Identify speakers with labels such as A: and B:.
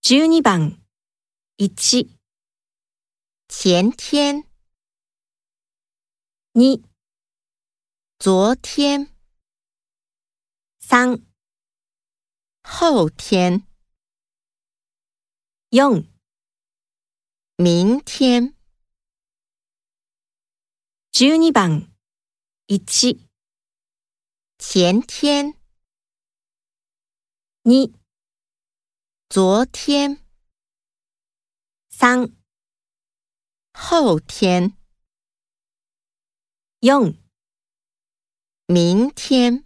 A: 12番1、
B: 前天、
A: 2、
B: 昨天、
A: 3、
B: 后天、
A: 4
B: 明天、
A: 12番1、
B: 前天、
A: 2、
B: 昨天、
A: 3、
B: 后天、
A: 4
B: 明天。